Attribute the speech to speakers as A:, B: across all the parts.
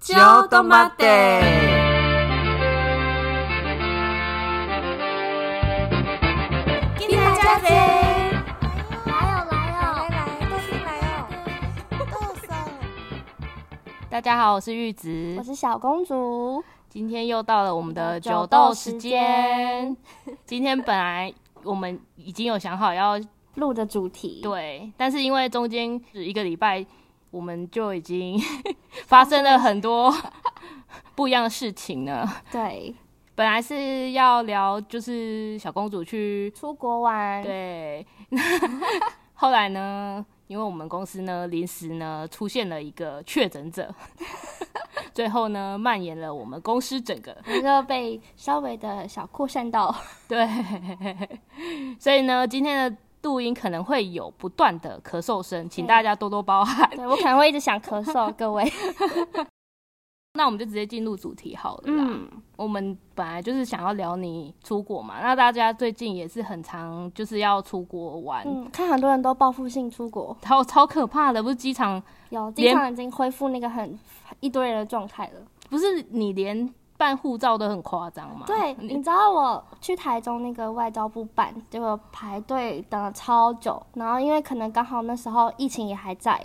A: ちょっと待って。
B: 给大家噻！
C: 来哦
B: 来
C: 来哦，
B: 来，都是来哦，都是。
A: 大家好，我是玉子
C: 我，是小公主，
A: 今天又到了我们的
C: 酒
A: 酒豆
C: 豆
A: 时
C: 时
A: 间。今天本来我们已经有想好要
C: 录的主题，，
A: 对，但是因为中间只一个礼拜，我们就已经 发生了很多 不一样的事情呢。
C: 对
A: 本来是要聊就是小公主去
C: 出国玩，
A: 对， 后来呢，因为我们公司呢临时呢出现了一个确诊者， 最后呢蔓延了我们公司整个
C: 一个被稍微的小扩散到，
A: 对，所以呢今天的录音可能会有不断的咳嗽声，请
C: 对
A: 大家多多包涵。
C: 对我可能会一直想咳嗽，各位，
A: 那我们就直接进入主题好了。嗯，
C: 嗯，
A: 我们本来就是想要聊你出国嘛，那大家最近也是很常就是要出国玩，
C: 嗯，看很多人都报复性出国，
A: 超超可怕的，不是机场
C: 有
A: 连
C: 经常已经恢复那个很一堆人的状态了。
A: 不是你连办护照都很夸张吗？
C: 对，你
A: 啊 你
C: 知道我去台中那个外交部办，结果排队等了超久，然后因为可能刚好那时候疫情也还在，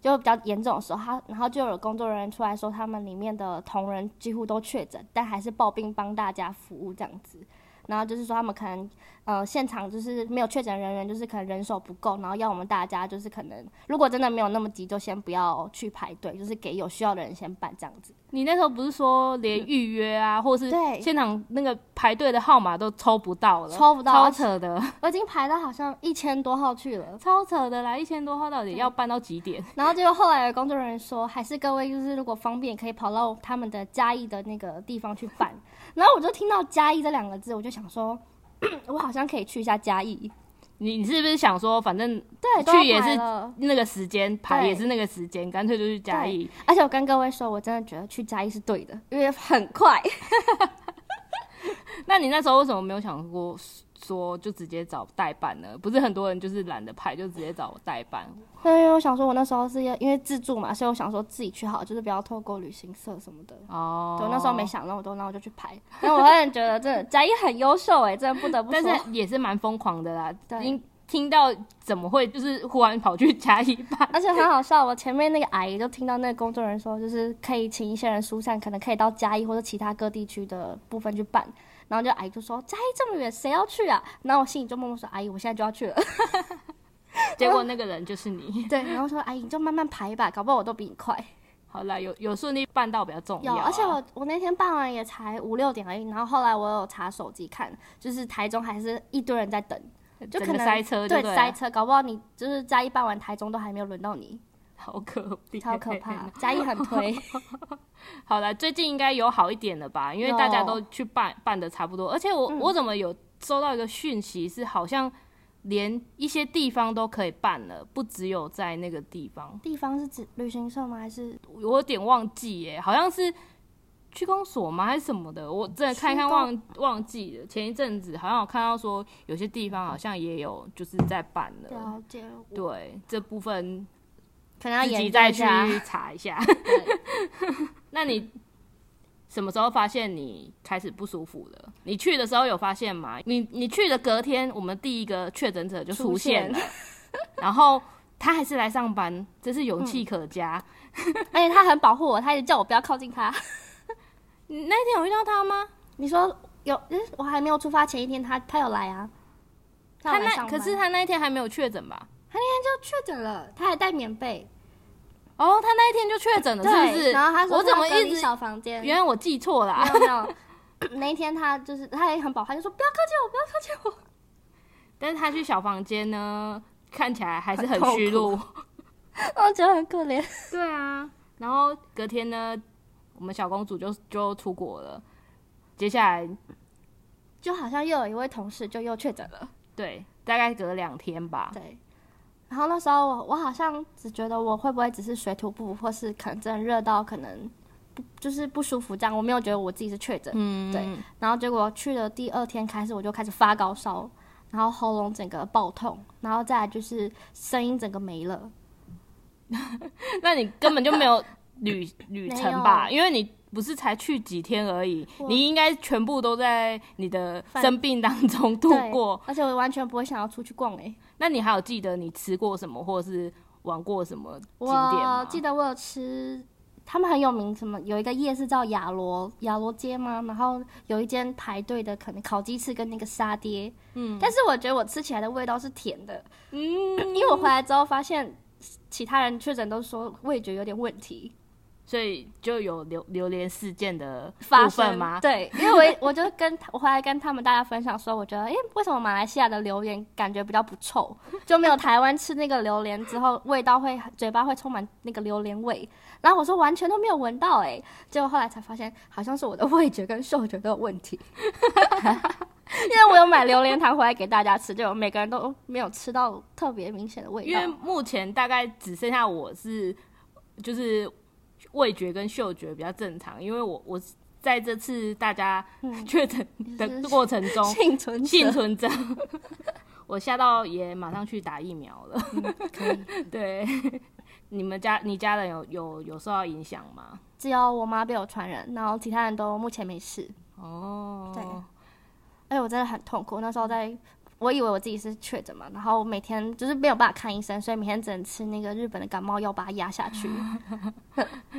C: 就比较严重的时候，他然后就有工作人员出来说，他们里面的同仁几乎都确诊，但还是抱病帮大家服务这样子。然后就是说，他们可能呃现场就是没有确诊人员，就是可能人手不够，然后要我们大家就是可能如果真的没有那么急，就先不要去排队，就是给有需要的人先办这样子。
A: 你那时候不是说连预约啊，或
C: 嗯
A: 是
C: 对
A: 现场那个排队的号码都抽不到了，
C: 抽不到啊
A: 超扯的，
C: 我已经排到好像一千多号去了。
A: 超扯的啦！一千多号到底要办到几点？
C: 然后结果后来有工作人员说，还是各位就是如果方便，可以跑到他们的嘉义的那个地方去办。然后我就听到嘉义这两个字，我就想说， 我好像可以去一下嘉义。
A: 你你是不是想说，反正
C: 对，都
A: 去也
C: 要排
A: 是
C: 了
A: 那个时间排
C: 对
A: 也是那个时间，干脆就去嘉义。
C: 而且我跟各位说，我真的觉得去嘉义是对的，因为很快。
A: 那你那时候为什么没有想过说就直接找代办呢？不是很多人就是懒得排，就直接找代办。
C: 但因为我想说，我那时候是要因为自助嘛，所以我想说自己去好，就是不要透过旅行社什么的。
A: 哦，
C: 对，那时候没。想那么多，然后我就去排。但我个人觉得，真的嘉义很优秀哎、真的不得不说。
A: 但是也是蛮疯狂的啦。
C: 对
A: 听听到怎么会就是忽然跑去嘉义办？
C: 而且很好笑，我前面那个阿姨就听到那个工作人员说，就是可以请一些人疏散，可能可以到嘉义或者其他各地区的部分去办。然后就阿姨就说：“嘉义这么远，谁要去啊？”然后我心里就默默说：“阿姨，我现在就要去了。啊
A: 结果那个人就是你”。
C: 对，然后说：“阿姨，你就慢慢排吧，搞不好我都比你快。
A: 好啦，有有顺利办到比较重
C: 有，
A: 要啊、
C: 而且我我那天办完也才五六点而已。然后后来我有查手机看，就是台中还是一堆人在等，就
A: 整
C: 可
A: 个
C: 能
A: 塞车就
C: 对
A: 对了
C: 塞车，搞不好你就是嘉义办完，台中都还没有轮到 你，
A: 好可怜啊
C: 超可怕。嘉义很 推，
A: 好啦，最近应该有好一点了吧？因为
C: 有
A: 大家都去办办的差不多，而且我、
C: 嗯
A: 我怎么有收到一个讯息是好像连一些地方都可以办了，不只有在那个地方，
C: 地方是指旅行社吗？还是
A: 我有点忘记耶，好像是区公所吗还是什么的？我真的看一看
C: 区公
A: 忘忘记了。前一阵子好像有看到说有些地方好像也有就是在办了，
C: 了解，
A: 对这部分
C: 可能要
A: 自己
C: 研究
A: 再
C: 一
A: 去
C: 下。
A: 查一下。
C: 对
A: 那你什么时候发现你开始不舒服了？你去的时候有发现吗？你你去的隔天，我们第一个确诊者就出现了， 然后他还是来上班，真是勇
C: 嗯
A: 气可嘉。
C: 而且他很保护我，他一直叫我不要靠近他。
A: 你那天有遇到他吗？
C: 你说有，嗯我还没有出发前一天，他他有来啊。
A: 他
C: 有来上班
A: 那可是他那一天还没有确诊吧？
C: 他那天就确诊了，他还带棉被，
A: 哦，他那一天就确诊了，是不是？
C: 对然后他说
A: 我怎么
C: 他隔离
A: 一直？
C: 小房间？
A: 原来我记错了、啊
C: 没有没有。那一天他就是他也很保护，他就说不要靠近我，不要靠近我。
A: 但是他去小房间呢，看起来还是
C: 很
A: 很
C: 痛
A: 虚
C: 苦
A: 弱。哦
C: 我 觉得很可怜。
A: 对啊，然后隔天呢，我们小公主就就出国了。接下来，
C: 就好像又有一位同事就又确诊了。
A: 对，大概隔两天吧。
C: 对。然后那时候我我好像只觉得我会不会只是水土不服，或是可能真的热到可能不就是不舒服这样，我没有觉得我自己是确诊。
A: 嗯
C: 对，然后结果去了第二天开始我就开始发高烧，然后喉咙整个爆痛，然后再来就是声音整个没了。
A: 那你根本就没有 旅旅
C: 没
A: 程
C: 有
A: 吧，因为你不是才去几天而已，
C: 我
A: 你应该全部都在你的
C: 反
A: 生病当中度
C: 对
A: 过。
C: 而且我完全不会想要出去逛欸诶、
A: 那你还有记得你吃过什么，或者是玩过什么景点
C: 我
A: 吗？
C: 记得我有吃，他们很有名，什么有一个夜市叫雅罗雅罗街吗？然后有一间排队的，可能烤鸡翅跟那个沙爹，嗯，但是我觉得我吃起来的味道是甜的，嗯，因为我回来之后发现其他人确诊都说味觉有点问题
A: 所以就有榴榴莲事件的
C: 发
A: 部分
C: 生
A: 吗？
C: 对，因为我我就跟我回来跟他们大家分享说，我觉得，诶、为什么马来西亚的榴莲感觉比较不臭， 就没有台湾吃那个榴莲之后味道会嘴巴会充满那个榴莲味。然后我说完全都没有闻到、诶，结果后来才发现好像是我的味觉跟嗅觉都有问题。 因为我有买榴莲糖回来给大家吃，就每个人都没有吃到特别明显的味
A: 因为
C: 道。
A: 目前大概只剩下我是就是味觉跟嗅觉比较正常，因为我我在这次大家 确诊的过程中，
C: 嗯幸存者
A: 幸存者， 我吓到也马上去打疫苗了。
C: 嗯 可以，
A: 对，你们家你家人有有有受到影响吗？
C: 只有我妈被我传染，然后其他人都目前没事。
A: 哦，
C: 对而且哎我真的很痛苦。那时候在，我以为我自己是确诊嘛，然后每天就是没有办法看医生，所以每天只能吃那个日本的感冒药把它压下去。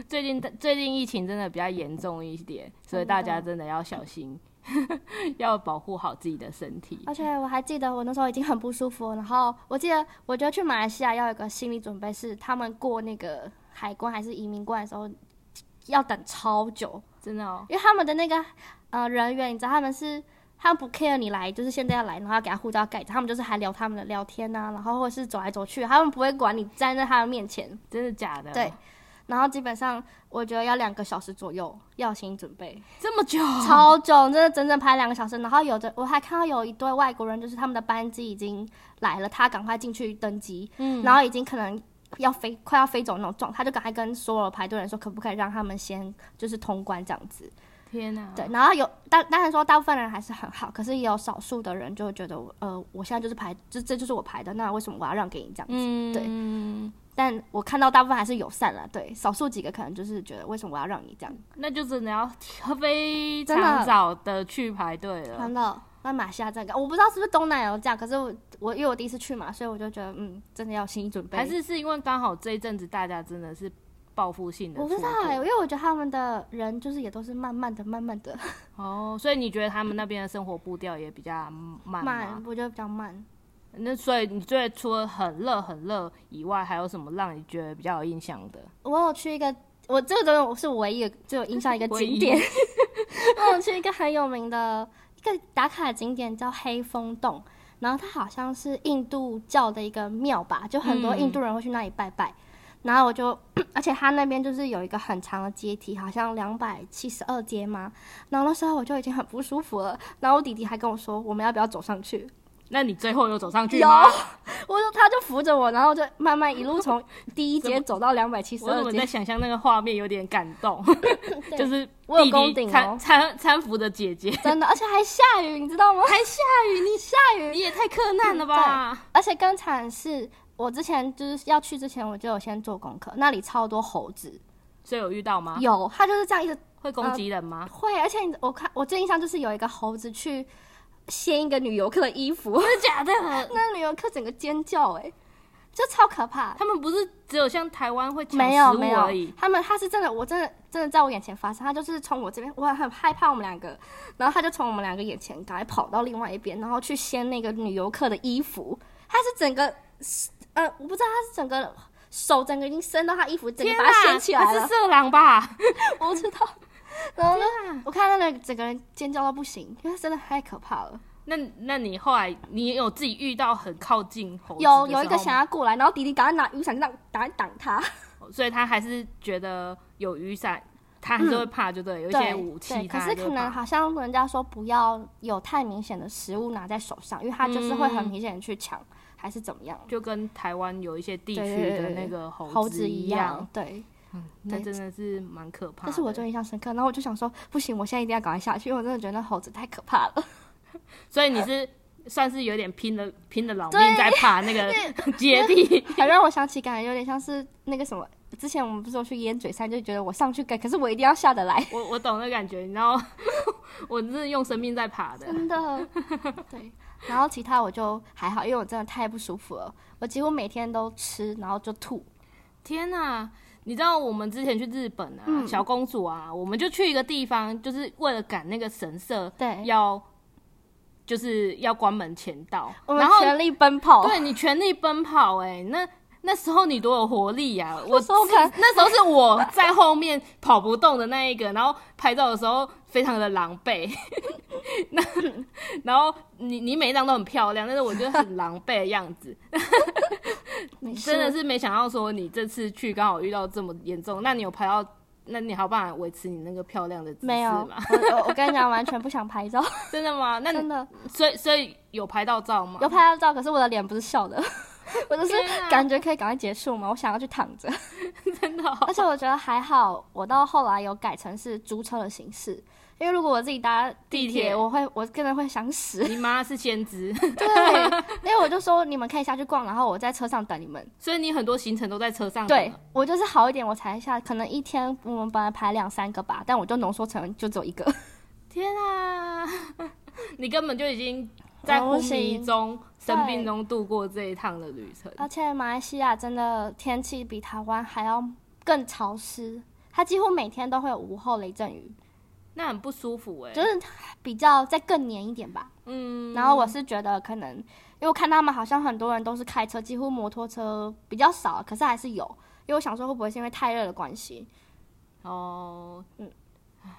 A: 最近最近疫情真的比较严重一点，所以大家真的要小心， 要保护好自己的身体。
C: 而且我还记得我那时候已经很不舒服，然后我记得我觉得去马来西亚要有个心理准备，是他们过那个海关还是移民关的时候要等超久，
A: 真的哦，
C: 因为他们的那个呃人员，你知道他们是他们不 care 你来，就是现在要来，然后要给他护照盖着，他们就是还聊他们的聊天呐、然后或者是走来走去，他们不会管你站在他的面前。
A: 真的假的？
C: 对，然后基本上我觉得要两个小时左右，要有心理准备，
A: 这么久，
C: 超久，真的整整排两个小时。然后有的我还看到有一对外国人，就是他们的班机已经来了，他赶快进去登机，然后已经可能。要飞，快要飞走那种状态，他就赶快跟所有排队人说，可不可以让他们先就是通关这样子。
A: 天哪、
C: 对，然后有当当然说大部分人还是很好，可是也有少数的人就会觉得，呃，我现在就是排，这这就是我排的，那为什么我要让给你这样子？
A: 嗯，
C: 但我看到大部分还是友善了，对，少数几个可能就是觉得为什么我要让你这样？
A: 对，那就真的要非
C: 真的
A: 常早的去排队了
C: 真。的，那马来西亚这个我不知道是不是东南亚有这样，可是我我因为我第一次去嘛，所以我就觉得嗯，真的要有心理准备。
A: 还是是因为刚好这一阵子大家真的是报复性的
C: 我
A: 出
C: 不
A: 国，
C: 知道哎、因为我觉得他们的人就是也都是慢慢的、慢慢的
A: 哦，所以你觉得他们那边的生活步调也比较慢
C: 慢啊
A: 吗，？
C: 我觉得比较慢。
A: 那所以你觉得除了很热很热以外，还有什么让你觉得比较有印象的？
C: 我有去一个，我这个东西是唯一的最有印象一个
A: 唯
C: 景
A: 一
C: 点，我有去一个很有名的一个打卡景点叫黑风洞，然后它好像是印度教的一个庙吧，就很多
A: 嗯
C: 印度人会去那里拜拜。然后我就，而且它那边就是有一个很长的阶梯，好像两百七十二阶嘛。然后那时候我就已经很不舒服了，然后我弟弟还跟我说，我们要不要走上去？
A: 那你最后有走上去
C: 有
A: 吗？，
C: 我就他就扶着我，然后就慢慢一路从第一阶走到两百七十
A: 我
C: 二
A: 怎么
C: 阶
A: 在。想象那个画面有点感动，
C: 对
A: 就是
C: 我有
A: 弟
C: 攻
A: 弟
C: 顶
A: 搀
C: 哦
A: 搀搀扶着姐姐，
C: 真的，而且还下雨，你知道吗？还下雨，你下
A: 你
C: 雨，
A: 也太克难了吧？
C: 而且更惨的是，我之前就是要去之前，我就有先做功课，那里超多猴子，
A: 所以有遇到吗？
C: 有，它就是这样一直
A: 会攻击人吗？
C: 会，而且你我看我最印象就是有一个猴子去掀一个女游客的衣服，
A: 真的假的？
C: 那女游客整个尖叫、哎，就超可怕。
A: 他们不是只有像台湾会抢
C: 没有
A: 食
C: 没
A: 物而已
C: 有，，他们他是真的，我真的真的在我眼前发生，他就是从我这边，我很害怕我们两个，然后他就从我们两个眼前赶快跑到另外一边，然后去掀那个女游客的衣服，他是整个，呃，我不知道他是整个手整个已经伸到他衣服，整个
A: 天
C: 把它
A: 哪
C: 掀起来
A: 他是
C: 了，
A: 色狼吧？
C: 我不知道。 然后呢，
A: 啊
C: 我看那个整个人尖叫到不行，因为真的太可怕了。
A: 那那你后来你有自己遇到很靠近猴子的时候
C: 有
A: 吗
C: 有一个想要过来，然后迪迪赶快拿雨伞让赶快挡他。
A: 所以他还是觉得有雨伞，他还是会怕，就对，有一
C: 对
A: 些武器
C: 对，
A: 他
C: 可
A: 还
C: 是
A: 会
C: 可能
A: 怕。
C: 好像人家说不要有太明显的食物拿在手上，因为它就是会
A: 嗯
C: 很明显的去抢，还是怎么样？
A: 就跟台湾有一些地
C: 对
A: 区
C: 对
A: 的
C: 对
A: 那
C: 对
A: 个
C: 猴
A: 子
C: 子
A: 一
C: 一样，，对。
A: 那
C: 对
A: 真的是蛮可怕的。
C: 这是我最印象深刻。然后我就想说，不行，我现在一定要赶快下去，因为我真的觉得那猴子太可怕 了。
A: 所以你是算是有点拼了拼了老命
C: 对
A: 在爬那个阶梯，
C: 还让我想起，感觉有点像是那个什么之前我们不是有去烟嘴山，就觉得我上去盖，可是我一定要下得来，
A: 我我懂那感觉，你知道， 我是用生命在爬的。
C: 真的。对，然后其他我就还好，因为我真的太不舒服了，我几乎每天都吃，然后就吐。
A: 天呐、你知道我们之前去日本啊，
C: 嗯
A: 小公主啊，我们就去一个地方，就是为了赶那个神社，
C: 对，
A: 要就是要关门前到，
C: 我们
A: 然后
C: 哦全力奔跑。
A: 对你全力奔跑、哎，那那时候你多有活力呀、我
C: 时候看
A: 是那时候是我在后面跑不动的那一个，然后拍照的时候非常的狼 狈。那然后你你每一张都很漂亮，但是我觉得很狼狈的样子，
C: 没事，
A: 真的是没想到说你这次去刚好遇到这么严重，那你有拍到？那你还有办法维持你那个漂亮的姿势
C: 没有。
A: 吗？
C: 我我我跟你讲，完全不想拍照，
A: 真的吗？那
C: 真
A: 你
C: 的
A: 所以所以有拍到照吗？
C: 嗯有拍到照，可是我的脸不是笑的， 我就是
A: 天啊
C: 感觉可以赶快结束嘛，我想要去躺着。
A: 真的哦、
C: 而且我觉得还好，我到后来有改成是租车的形式，因为如果我自己搭地
A: 地铁
C: 铁，我会我真的会想 死。
A: 你妈是先知，
C: 对，因为我就说你们可以下去逛，然后我在车上等你们。
A: 所以你很多行程都在车上。
C: 对，我就是好一点，我才下，可能一天我们本来排两三个吧，但我就浓缩成就只有一个。
A: 天啊， 你根本就已经在
C: 哦
A: 昏迷中、生病中度过这一趟的旅程。
C: 而且马来西亚真的天气比台湾还要更潮湿，它几乎每天都会有午后雷阵雨，
A: 那很不舒服哎、
C: 就是比较再更黏一点吧。
A: 嗯，
C: 然后我是觉得可能，因为我看他们好像很多人都是开车，几乎摩托车比较少，可是还是有。因为我想说会不会是因为太热的关系？
A: 哦，嗯
C: 嗯，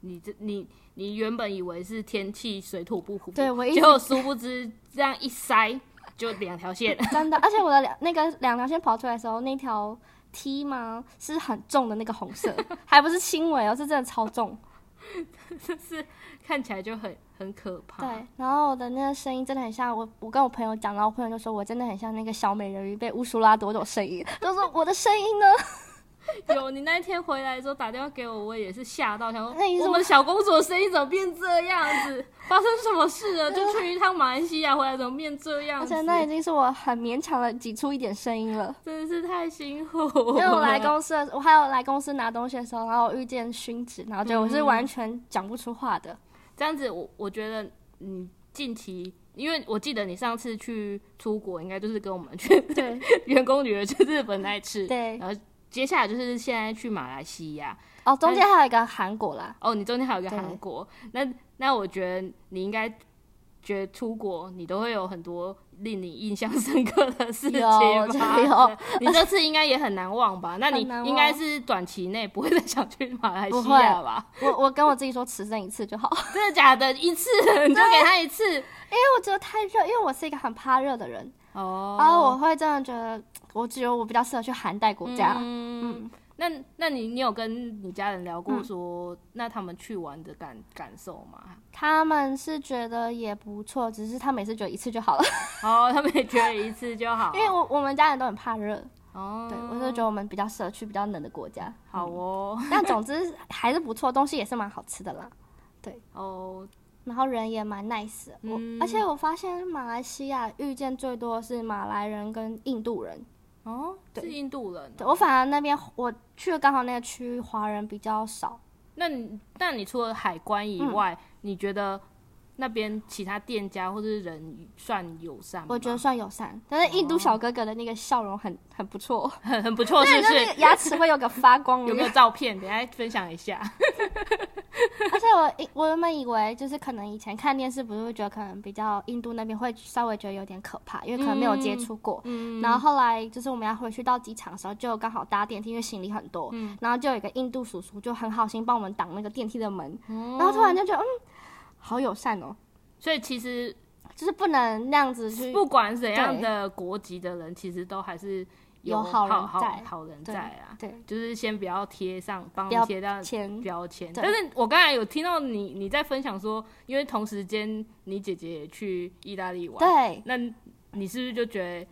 A: 你这你你原本以为是天气水土不服，
C: 对我一直
A: 结果殊不知这样一塞就两条线。
C: 真的，而且我的两那个两条线跑出来的时候，那条 T 吗是很重的那个红色，还不是轻微哦，是真的超重。
A: 看起来就很很可怕。
C: 对，然后我的那个声音真的很像我，我跟我朋友讲，然后我朋友就说我真的很像那个小美人鱼被乌苏拉朵朵声音， 就说我的声音呢？
A: 有你那一天回来的时候打电话给我，我也是吓到，想
C: 那你
A: 说
C: 是
A: 我们小公主的声音怎么变这样子？发生什么事了？就去一趟马来西亚回来怎么变这样
C: 而
A: 子
C: 且？那已经是我很勉强的挤出一点声音了。
A: 真的是太辛苦
C: 因为
A: 了。
C: 我来公司的，我还有来公司拿东西的时候，然后我遇见勋子，然后就我是完全讲不出话的。
A: 这样子我，我觉得你近期，因为我记得你上次去出国，应该就是跟我们去
C: 对
A: 员工旅游去日本那一次。
C: 对，
A: 然后接下来就是现在去马来西亚，
C: 哦，中间还有一个韩国啦，
A: 哦，你中间还有一个
C: 对
A: 韩国，那那我觉得你应该觉得出国，你都会有很多令你印象深刻的事情
C: 有
A: 吧？
C: 有
A: 你这次应该也很难忘吧？那你
C: 很难忘
A: 应该是短期内不会再想去马来西亚吧？
C: 我我跟我自己说此生一次就好，
A: 真的假的？一次 你就给他一次
C: 因为我觉得太热，因为我是一个很怕热的人，
A: 哦
C: 然后我会真的觉得，我只有我比较适合去寒带国家。
A: 嗯。那那你你有跟你家人聊过说，那他们去玩的感感受吗？
C: 他们是觉得也不错，只是他们也是觉得一次就好了，
A: 哦，他们也觉得一次就 好，
C: 因为我我们家人都很怕热，
A: 哦，
C: 对我就觉得我们比较适合去比较冷的国家。
A: 好哦，
C: 但总之还是不错，东西也是蛮好吃的啦。
A: 哦，
C: 然后人也蛮 nice 的，我、
A: 嗯
C: 而且我发现马来西亚遇见最多的是马来人跟印度人，
A: 哦，
C: 对
A: 是印度人哦、
C: 对我反而那边我去的刚好那个区域华人比较少，
A: 那你那你除了海关以外，你觉得那边其他店家或者是人算友善吗？
C: 我觉得算友善，但是印
A: 哦
C: 度小哥哥的那个笑容很很不错，
A: 很很不错，哦是
C: 对，
A: 不
C: 就是那
A: 是？
C: 个牙齿会有个发光，
A: 有没有？照片？等一下分享一下。
C: 而且我一我原本以为就是可能以前看电视不是会觉得可能比较印度那边会稍微觉得有点可怕，因为可能没有接触过，
A: 嗯，
C: 然后后来就是我们要回去到机场的时候，就刚好搭电梯，因为行李很多，
A: 嗯
C: 然后就有一个印度叔叔就很好心帮我们挡那个电梯的门，
A: 哦
C: 然后突然就觉得嗯，好友善哦，
A: 所以其实
C: 就是不能那样子去，
A: 不管怎样
C: 对
A: 的国籍的人，其实都还是
C: 有
A: 好
C: 好人
A: 好
C: 在
A: 好人
C: 对
A: 在啊。
C: 对，
A: 就是先不要贴上，帮
C: 不
A: 你
C: 要
A: 贴到
C: 签
A: 标签。
C: 对
A: 但是我刚才有听到你你在分享说，因为同时间你姐姐也去意大利玩，
C: 对，
A: 那你是不是就觉得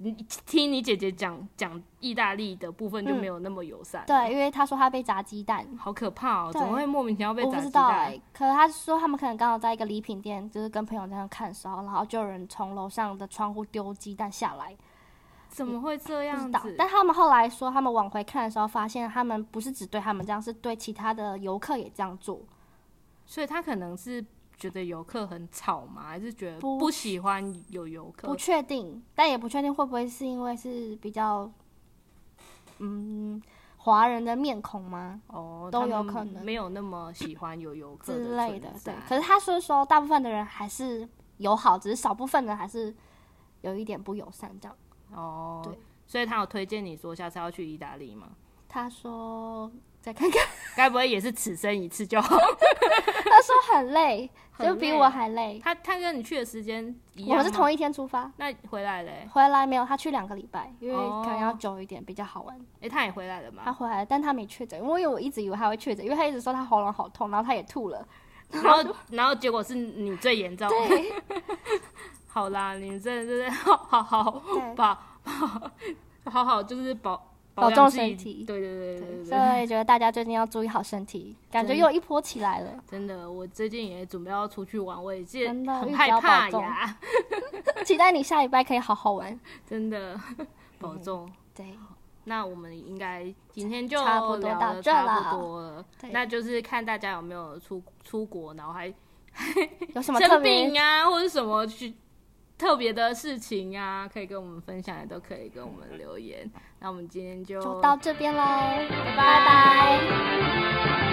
A: 你听你姐姐讲讲意大利的部分就没有那么友善？
C: 嗯对，，因为他说他被砸鸡蛋，
A: 好可怕哦、
C: 对
A: 怎么会莫名其妙被
C: 我
A: 砸
C: 不知
A: 鸡
C: 道
A: 蛋？
C: 哎、可是他说他们可能刚好在一个礼品店，就是跟朋友在那看的时候，然后就有人从楼上的窗户丢鸡蛋下来，
A: 怎么会这
C: 不
A: 样
C: 知道
A: 子？。
C: 但他们后来说，他们往回看的时候，发现他们不是只对他们这样，是对其他的游客也这样做。
A: 所以他可能是觉得游客很吵嘛，还是觉得
C: 不
A: 不喜欢有游
C: 不
A: 客？
C: 确定，但也不确定会不会是因为是比较，嗯，华人的面孔吗
A: 哦，
C: 都
A: 他
C: 有
A: 们
C: 可能
A: 没有那么喜欢有游客
C: 之类的
A: 存？
C: 对
A: 在。
C: 可是他说说，大部分的人还是友好，只是少部分人还是有一点不友善这样。
A: 哦，
C: 对
A: 所以他有推荐你说下次要去意大利吗？
C: 他说再看看，
A: 该不会也是此生一次就好？
C: 他说很累，
A: 很
C: 就比
A: 累
C: 我还累。
A: 他他跟你去的时间一
C: 我
A: 样吗，啊
C: 们是同一天出发，
A: 那回来嘞、
C: 回来没有？他去两个礼拜，因为
A: 哦
C: 可能要久一点比较好玩。
A: 诶，他也回来了
C: 他
A: 嘛？
C: 回来，但他没确诊，因为我一直以为他会确诊，因为他一直说他喉咙好痛，然后他也吐了。
A: 然后然后结果是你最严重。
C: 对
A: 好啦，你真的真的 好好好
C: 对，
A: 保保好好就是保
C: 保
A: 养
C: 重
A: 自己
C: 身体
A: 对对对对对
C: 所以我也觉得大家最近要注意好身体， 感觉
A: 真
C: 又一波起来了。
A: 真的，我最近也准备要出去玩，我也是
C: 真的
A: 很
C: 预
A: 害
C: 交保
A: 怕
C: 重
A: 呀，
C: 期待你下礼拜可以好好玩。
A: 真的保重。
C: 对，
A: 那我们应该今天就
C: 差不多
A: 聊
C: 到
A: 得
C: 这
A: 差
C: 了
A: 不多了
C: 对，
A: 那就是看大家有没有出出国，然后还
C: 有什么特
A: 生
C: 别？
A: 病啊，或者什么去特别的事情啊，可以跟我们分享，也都可以跟我们留言。那我们今天就
C: 就到这边喽，
A: 拜
C: 拜拜。